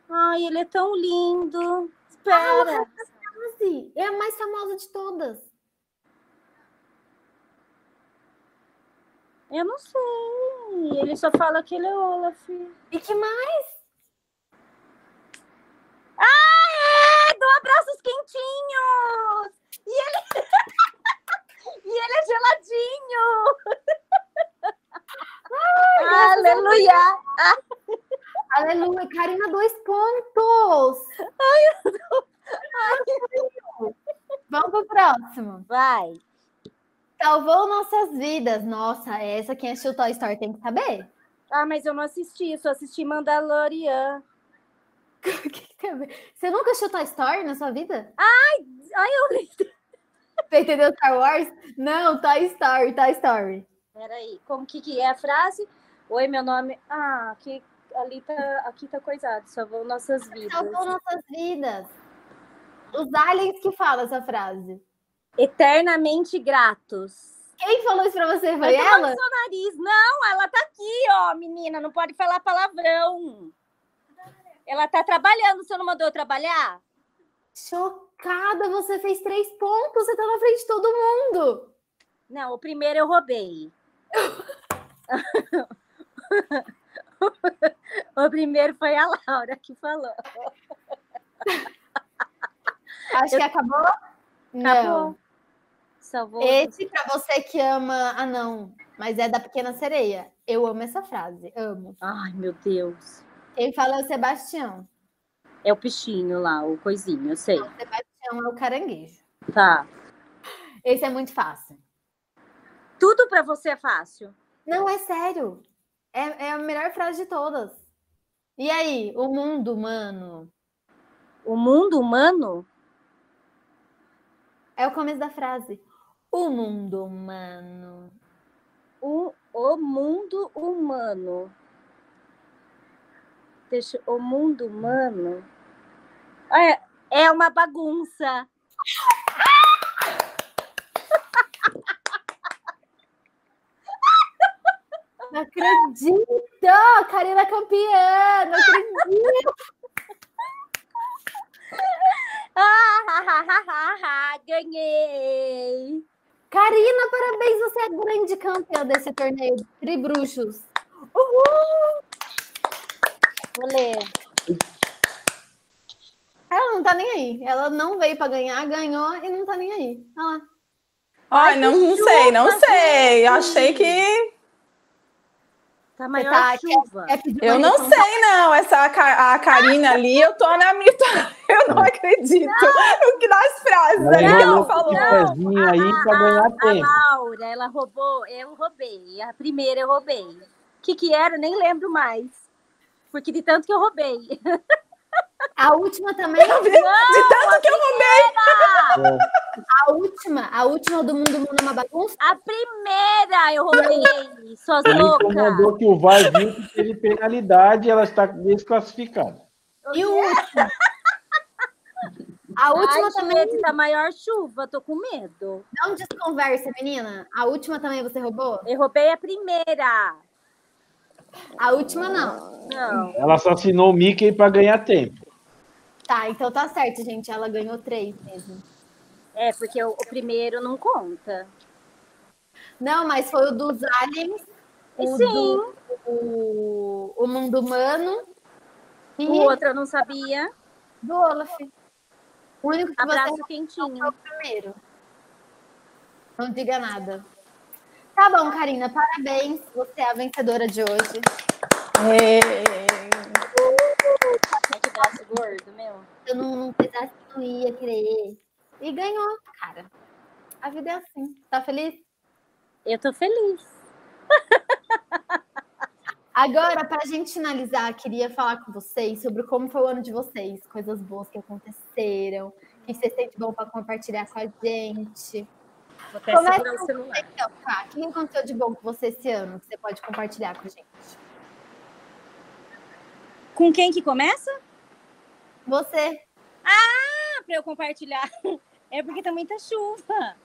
S5: Ai, ele é tão lindo.
S2: Ah,
S5: Espera.
S2: Assim, é a mais famosa de todas.
S5: Eu não sei. Ele só fala que ele é Olaf.
S2: E que mais?
S5: É, dou abraços quentinhos! E ele. e ele é geladinho! é Aleluia!
S2: Aleluia, Karina, dois pontos. Vamos pro próximo.
S5: Vai!
S2: Salvou nossas vidas. Nossa, essa quem assistiu Toy Story tem que saber.
S5: Ah, mas eu não assisti, só assisti Mandalorian.
S2: O que que tem a ver? Você nunca assistiu Toy Story na sua vida?
S5: Ai, eu.
S2: Você entendeu Star Wars? Não, Toy Story, Toy Story.
S5: Peraí, como que, que é a frase? Oi, meu nome. Ah, aqui, ali tá, aqui tá coisado, salvou nossas vidas.
S2: Salvou nossas vidas. Os aliens que falam essa frase.
S5: Eternamente gratos.
S2: Quem falou isso pra você? Foi
S5: Mas eu não
S2: ela?
S5: sou nariz. Não, ela tá aqui, ó, menina. Não pode falar palavrão. Ela tá trabalhando. Você não mandou eu trabalhar?
S2: Chocada, você fez três pontos, você tá na frente de todo mundo.
S5: Não, o primeiro eu roubei. o primeiro foi a Laura que falou.
S2: Acho que acabou? Não.
S5: Acabou. Salvou.
S2: Esse pra você que ama. Ah, não. Mas é da Pequena Sereia. Eu amo essa frase. Amo.
S5: Ai, meu Deus.
S2: Quem fala é o Sebastião.
S5: É o peixinho lá, o coisinho, eu sei.
S2: Sebastião é o caranguejo.
S5: Tá.
S2: Esse é muito fácil.
S5: Tudo pra você é fácil.
S2: Não, é sério. É, é a melhor frase de todas. E aí, o mundo humano?
S5: O mundo humano?
S2: É o começo da frase. O mundo humano.
S5: O, o mundo humano. Deixa, o mundo humano é, é uma bagunça.
S2: Não acredito! Karina campeã! Não acredito!
S5: Ah, ha, ha, ha, ha, ha, Ah, ganhei!
S2: Karina, parabéns! Você é a grande campeã desse torneio de tribruxos.
S5: Vou ler.
S2: Ela não tá nem aí. Ela não veio pra ganhar, ganhou e não tá nem aí. Olha lá.
S6: Ai, não, não sei, não sei. Eu achei que.
S5: Tá maior
S2: tá-
S5: a chuva.
S2: É pedir
S6: Eu
S2: uma
S6: não
S2: lição.
S6: sei, não. Essa Ca- a Karina ali, eu tô na minha. Eu não acredito no que nas frases
S2: é
S6: ali que ela falou.
S3: pezinho
S2: Ah,
S3: aí pra ganhar tempo.
S5: Ah, Laura, ela roubou, eu roubei. A primeira eu roubei. O que, que era, eu nem lembro mais. Porque de tanto que eu roubei.
S2: A última também.
S6: De tanto que eu roubei.
S2: ah, A última. A última do mundo mundo é uma bagunça.
S5: A primeira eu roubei, suas
S3: Ele
S5: loucas.
S3: incomodou que o VAR viu que teve penalidade ela está desclassificada.
S2: E o último. A última
S5: Ai,
S2: também.
S5: gente, tá maior chuva, tô com medo.
S2: Não desconversa, menina. A última também você roubou?
S5: Eu roubei a primeira.
S2: A última não.
S5: Não.
S3: Ela assassinou o Mickey pra ganhar tempo.
S2: Tá, então tá certo, gente. Ela ganhou três mesmo.
S5: É, porque o, o primeiro não conta.
S2: Não, mas foi o dos aliens. O
S5: Sim.
S2: do- o, o mundo humano. E
S5: O outro eu não sabia.
S2: do Olaf. O único que você
S5: Abraço
S2: roubou
S5: quentinho.
S2: foi o primeiro. Não diga nada. Tá bom, Karina. Parabéns. Você é a vencedora de hoje.
S5: Ai, Que braço gordo, meu.
S2: eu não, não precisasse, não ia querer. E ganhou, cara. A vida é assim. Tá feliz?
S5: Eu tô feliz.
S2: Agora, pra gente finalizar, queria falar com vocês sobre como foi o ano de vocês, coisas boas que aconteceram, o que vocês sentem bom pra compartilhar com a gente.
S5: Vou até
S2: Começa
S5: segurar o celular.
S2: Então, Ká, o que aconteceu de bom com você esse ano que você pode compartilhar com a gente?
S5: Com quem que começa?
S2: Você,
S5: Ah, pra eu compartilhar. É porque tá muita chuva.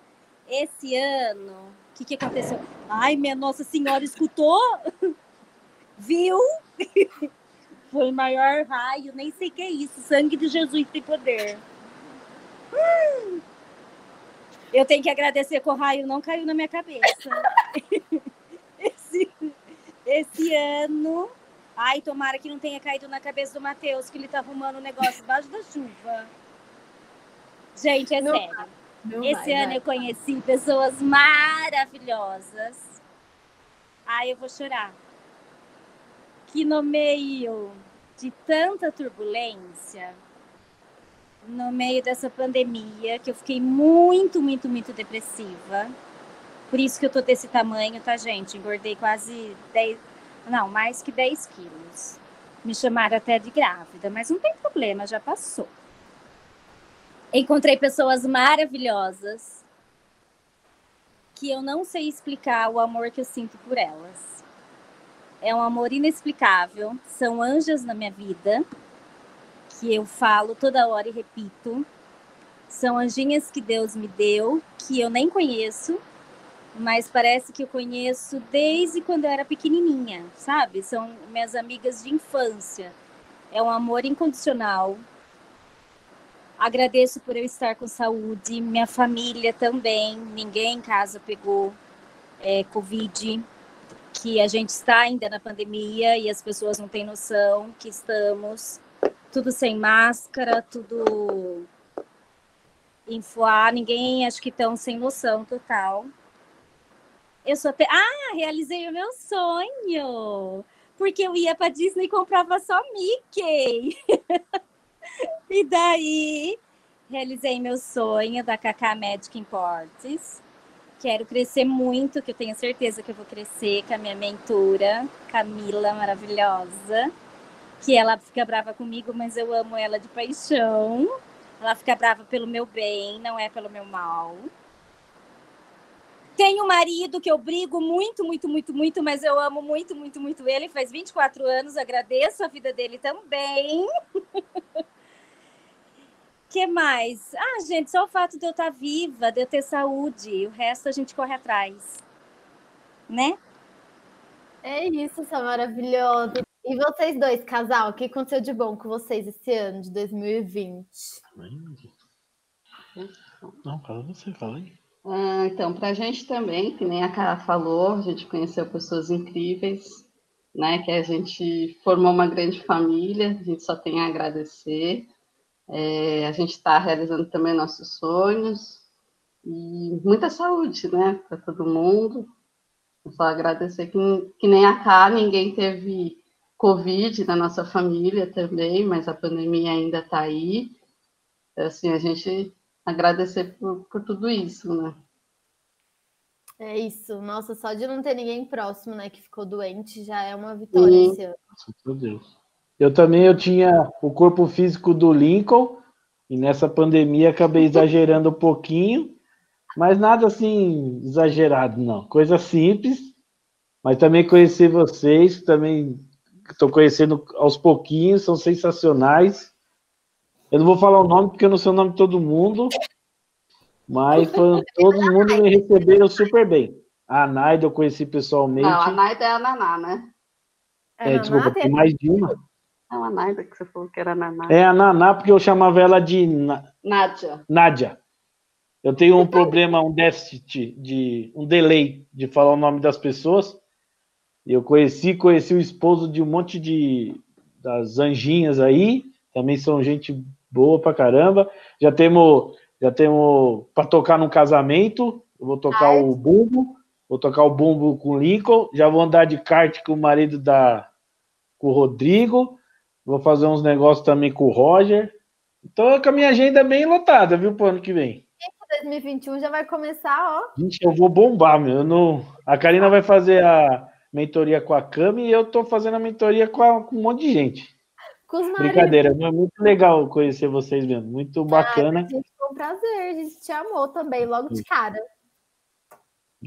S5: Esse ano, o que, que aconteceu? Ai, minha Nossa Senhora escutou? Viu? Foi o maior raio, nem sei o que é isso. Sangue de Jesus tem poder. Hum. Eu tenho que agradecer que o raio não caiu na minha cabeça. Esse, esse ano. Ai, tomara que não tenha caído na cabeça do Matheus, que ele tá arrumando o negócio embaixo da chuva. Gente, é
S2: Não
S5: sério.
S2: não
S5: Esse
S2: vai,
S5: ano eu conheci pessoas maravilhosas. Ai, eu vou chorar. Que no meio de tanta turbulência, no meio dessa pandemia, que eu fiquei muito, muito, muito depressiva. Por isso que eu tô desse tamanho, tá, gente? Engordei quase 10, não, mais que 10 quilos. Me chamaram até de grávida, mas não tem problema, já passou. Encontrei pessoas maravilhosas que eu não sei explicar o amor que eu sinto por elas. É um amor inexplicável, são anjos na minha vida, que eu falo toda hora e repito. São anjinhas que Deus me deu, que eu nem conheço, mas parece que eu conheço desde quando eu era pequenininha, sabe? São minhas amigas de infância. É um amor incondicional, Agradeço por eu estar com saúde, minha família também, ninguém em casa pegou é, Covid, que a gente está ainda na pandemia e as pessoas não têm noção que estamos tudo sem máscara, tudo enfoar, ninguém acho que estão sem noção total. Eu sou até. Ah, realizei o meu sonho! Porque eu ia para Disney e comprava só Mickey. E daí, realizei meu sonho da Kaká Magic Imports. Quero crescer muito, que eu tenho certeza que eu vou crescer com a minha mentora, Camila, maravilhosa. Que ela fica brava comigo, mas eu amo ela de paixão. Ela fica brava pelo meu bem, não é pelo meu mal. Tenho um marido que eu brigo muito, muito, muito, muito, mas eu amo muito, muito, muito ele. Faz 24 anos, agradeço a vida dele também que mais? Ah, gente, só o fato de eu estar viva, de eu ter saúde, o resto a gente corre atrás. Né?
S2: É isso, são maravilhosos. E vocês dois, casal, o que aconteceu de bom com vocês esse ano de 2020?
S3: Não, fala você, fala aí.
S4: Ah, então, para a gente também, que nem a Cara falou, a gente conheceu pessoas incríveis, né? Que a gente formou uma grande família, a gente só tem a agradecer. É, a gente está realizando também nossos sonhos e muita saúde, né, para todo mundo. Eu só agradecer que, que nem a cá ninguém teve Covid na nossa família também, mas a pandemia ainda está aí. Então, assim, a gente agradecer por, por tudo isso, né?
S2: É isso. Nossa, só de não ter ninguém próximo, né, que ficou doente, já é uma vitória
S4: Sim.
S2: esse ano.
S3: Nossa, meu Deus. Eu também eu tinha o corpo físico do Lincoln e nessa pandemia acabei exagerando um pouquinho, mas nada assim exagerado não, coisa simples. Mas também conhecer vocês, que também estou conhecendo aos pouquinhos, são sensacionais. Eu não vou falar o nome porque eu não sei o nome de todo mundo, mas foram- todo mundo me receberam super bem. A Naida eu conheci pessoalmente.
S4: Não, a Naida é a Naná, né?
S2: É,
S3: É,
S2: Naná,
S3: desculpa,
S2: tem-
S3: tem mais de uma.
S4: Não, a Naida que você falou que era a Naná.
S3: É a Naná, porque eu chamava ela de Na-
S4: Nádia.
S3: Nádia. Eu tenho um problema, um déficit, de um delay de falar o nome das pessoas. E Eu conheci, conheci o esposo de um monte de das anjinhas aí, também são gente boa pra caramba. Já temos, já temos para tocar num casamento. Eu vou tocar
S2: Ai.
S3: o bumbo, vou tocar o bumbo com o Lincoln. Já vou andar de kart com o marido da com o Rodrigo. Vou fazer uns negócios também com o Roger. Tô com a minha agenda bem lotada, viu, pro ano que vem.
S2: 2021 já vai começar, ó.
S3: Gente, eu vou bombar, meu. Eu não... A Karina vai fazer a mentoria com a Cami e eu tô fazendo a mentoria com, a- com um monte de gente.
S2: Com os maridos.
S3: Brincadeira, mas é muito legal conhecer vocês mesmo. Muito bacana.
S2: Gente, foi um prazer. A gente te amou também, logo de cara.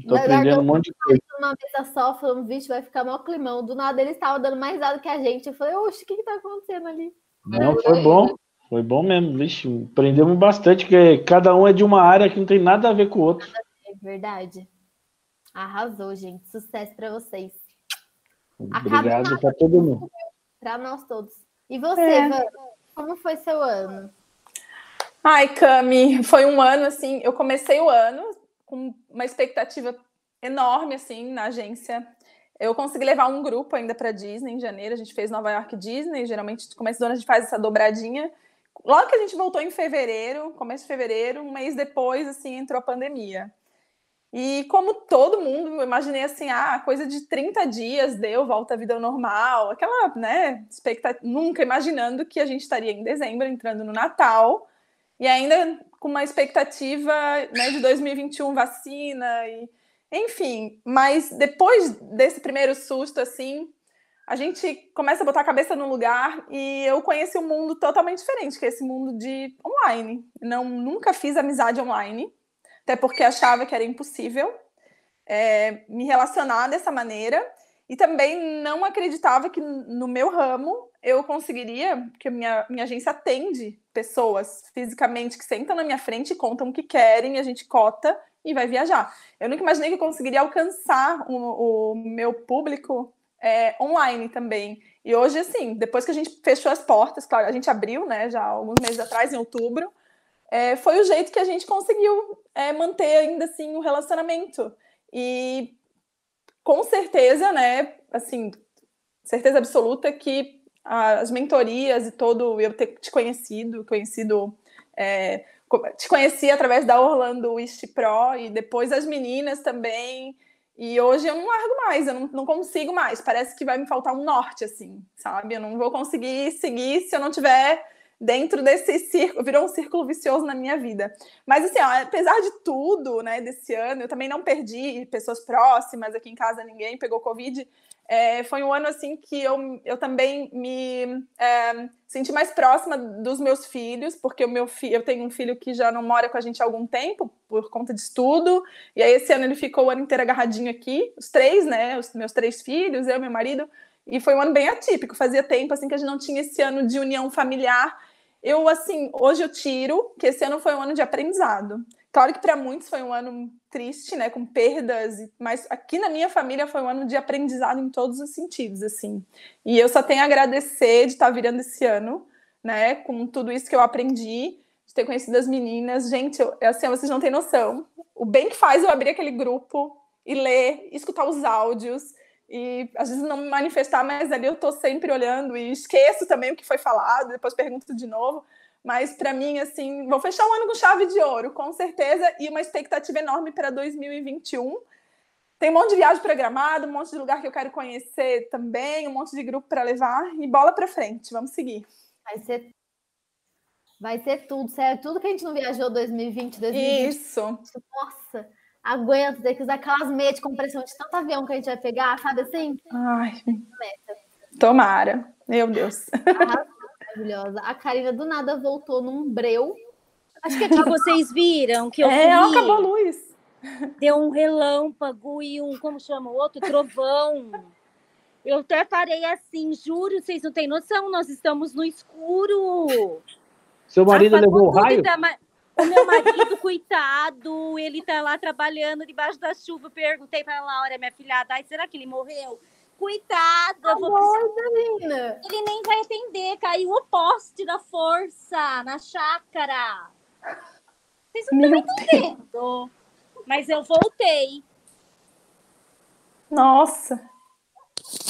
S3: Tô
S2: Mas
S3: aprendendo um monte de coisa.
S2: Numa mesa só, falando, vixe, vai ficar mó climão. Do nada eles estavam dando mais nada que a gente. Eu falei, oxe, o que que tá acontecendo ali?
S3: Não, foi bom. Foi bom mesmo, vixe. Aprendemos bastante, que cada um é de uma área que não tem nada a ver com o outro.
S2: É verdade. Arrasou, gente. Sucesso pra vocês. Acabou
S3: Obrigado pra todo mundo.
S2: Pra nós todos. E você,
S6: É.
S2: Van? Como foi seu ano?
S6: Ai, Cami, foi um ano assim. Eu comecei o ano com uma expectativa enorme assim na agência. Eu consegui levar um grupo ainda para Disney em janeiro. A gente fez Nova York Disney. Geralmente, no começo do ano, a gente faz essa dobradinha. Logo que a gente voltou em fevereiro, começo de fevereiro, um mês depois, assim, entrou a pandemia. E como todo mundo, eu imaginei assim, ah, coisa de 30 dias deu, volta à vida ao normal, aquela, né, expectativa, nunca imaginando que a gente estaria em dezembro, entrando no Natal, e ainda com uma expectativa né, de 2021, vacina, e, enfim. Mas depois desse primeiro susto, assim, a gente começa a botar a cabeça no lugar e eu conheci um mundo totalmente diferente, que é esse mundo de online. Não, nunca fiz amizade online, até porque achava que era impossível é, me relacionar dessa maneira. E também não acreditava que no meu ramo eu conseguiria, porque a minha, minha agência atende pessoas fisicamente que sentam na minha frente e contam o que querem, a gente cota e vai viajar. Eu nunca imaginei que eu conseguiria alcançar o, o meu público é, online também. E hoje, assim, depois que a gente fechou as portas, claro, a gente abriu, né, já alguns meses atrás, em outubro, é, foi o jeito que a gente conseguiu é, manter ainda assim o relacionamento. E com certeza, né, assim, certeza absoluta que a- as mentorias e todo eu ter te conhecido, conhecido é, co- te conheci através da Orlando East Pro e depois as meninas também. E hoje eu não largo mais, eu não, não consigo mais. Parece que vai me faltar um norte, assim, sabe? Eu não vou conseguir seguir se eu não tiver dentro desse círculo. Virou um círculo vicioso na minha vida. Mas assim, ó, apesar de tudo, né, desse ano, eu também não perdi pessoas próximas aqui em casa, ninguém pegou Covid. É, foi um ano assim que eu, eu também me é, senti mais próxima dos meus filhos, porque o meu fi, eu tenho um filho que já não mora com a gente há algum tempo por conta de estudo. E aí esse ano ele ficou o ano inteiro agarradinho aqui, os três, né, os meus três filhos, eu, meu marido. E foi um ano bem atípico. Fazia tempo assim que a gente não tinha esse ano de união familiar eu assim, hoje eu tiro que esse ano foi um ano de aprendizado. Claro que para muitos foi um ano triste, né, com perdas, e- mas aqui na minha família foi um ano de aprendizado em todos os sentidos, assim. E eu só tenho a agradecer de estar virando esse ano, né, com tudo isso que eu aprendi, de ter conhecido as meninas. Gente, eu, assim, vocês não têm noção. O bem que faz eu abrir aquele grupo e ler, e escutar os áudios e às vezes não me manifestar, mas ali eu tô sempre olhando e esqueço também o que foi falado, depois pergunto de novo. Mas para mim, assim, vou fechar o ano com chave de ouro, com certeza, e uma expectativa enorme para 2021. Tem um monte de viagem programada, um monte de lugar que eu quero conhecer também, um monte de grupo para levar e bola para frente. Vamos seguir.
S2: Vai ser Vai ser tudo, sério, tudo que a gente não viajou 2020, 2020.
S6: Isso.
S2: Nossa, aguento ter que usar aquelas meias de compressão de tanto avião que a gente vai pegar, sabe assim?
S6: Ai. Tomara. Meu Deus.
S2: Arrasou, maravilhosa. A Karina do nada voltou num breu.
S5: Acho que aqui Ah, vocês viram que eu
S6: tipo É, ó,
S5: fui,
S6: acabou a luz.
S5: deu um relâmpago e um, como chama o outro? Trovão. Eu até parei assim, juro, vocês não têm noção, nós estamos no escuro.
S3: Seu marido
S5: Apagou
S3: levou o
S5: tudo e
S3: raio?
S5: tá ma- O meu marido, coitado, ele tá lá trabalhando debaixo da chuva. Eu Perguntei pra Laura, minha filhada, ai, será que ele morreu? Coitado, eu vou precisar-
S2: Menina,
S5: ele nem vai entender. Caiu o poste da força na chácara. Vocês não estão entendendo. Mas eu voltei.
S6: Nossa.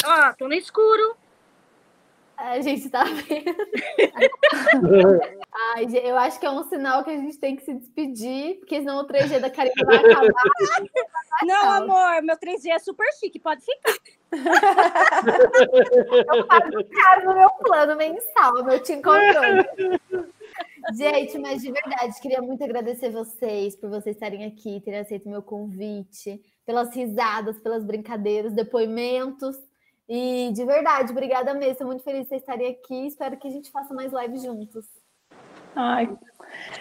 S5: Ó, tô no escuro.
S2: a gente tá vendo. Ai, gente, eu acho que é um sinal que a gente tem que se despedir, porque senão o 3G da Karina vai acabar.
S5: Ah, Não,
S2: Tá.
S5: amor, meu 3G é super chique, pode ficar.
S2: caro no meu plano mensal, meu Tim Controle. Gente, mas de verdade, queria muito agradecer vocês por vocês estarem aqui, terem aceito meu convite, pelas risadas, pelas brincadeiras, depoimentos. E de verdade, obrigada mesmo. Estou muito feliz de vocês estarem aqui. Espero que a gente faça mais lives juntos.
S6: Ai,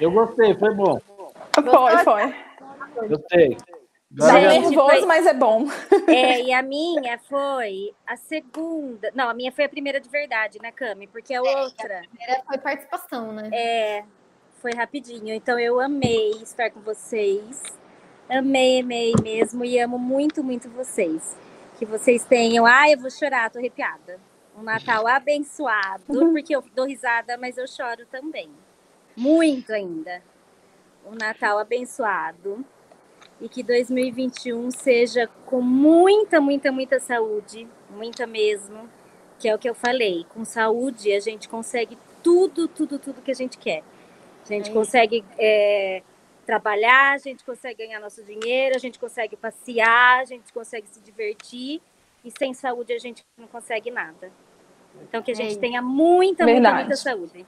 S3: Eu gostei, foi bom.
S6: foi, foi.
S3: Gostei.
S6: Dá
S5: Gente,
S3: Agora-
S6: nervoso,
S5: foi-
S6: mas é bom.
S5: É, e a minha foi a segunda. Não, a minha foi a primeira de verdade, né, Cami? Porque a outra
S2: Primeira foi participação, né?
S5: é, foi rapidinho. Então eu amei estar com vocês. Amei, amei mesmo. E amo muito, muito vocês. Que vocês tenham. Ai, eu vou chorar, tô arrepiada. Um Natal abençoado, porque eu dou risada, mas eu choro também. Muito ainda. Um Natal abençoado. E que 2021 seja com muita, muita, muita saúde. Muita mesmo. Que é o que eu falei. Com saúde, a gente consegue tudo, tudo, tudo que a gente quer. A gente consegue é, trabalhar, a gente consegue ganhar nosso dinheiro, a gente consegue passear, a gente consegue se divertir. E sem saúde a gente não consegue nada. Então que a gente
S2: isso.
S5: tenha muita, muita,
S6: Verdade.
S5: muita saúde.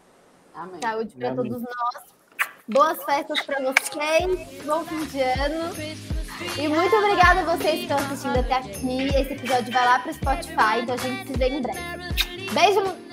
S4: Amém.
S2: Saúde para
S3: Amém.
S2: todos nós. Boas festas para vocês. Bom fim de ano. E muito obrigada a vocês que estão assistindo até aqui. Esse episódio vai lá pro Spotify, então a gente se vê em breve. Beijo!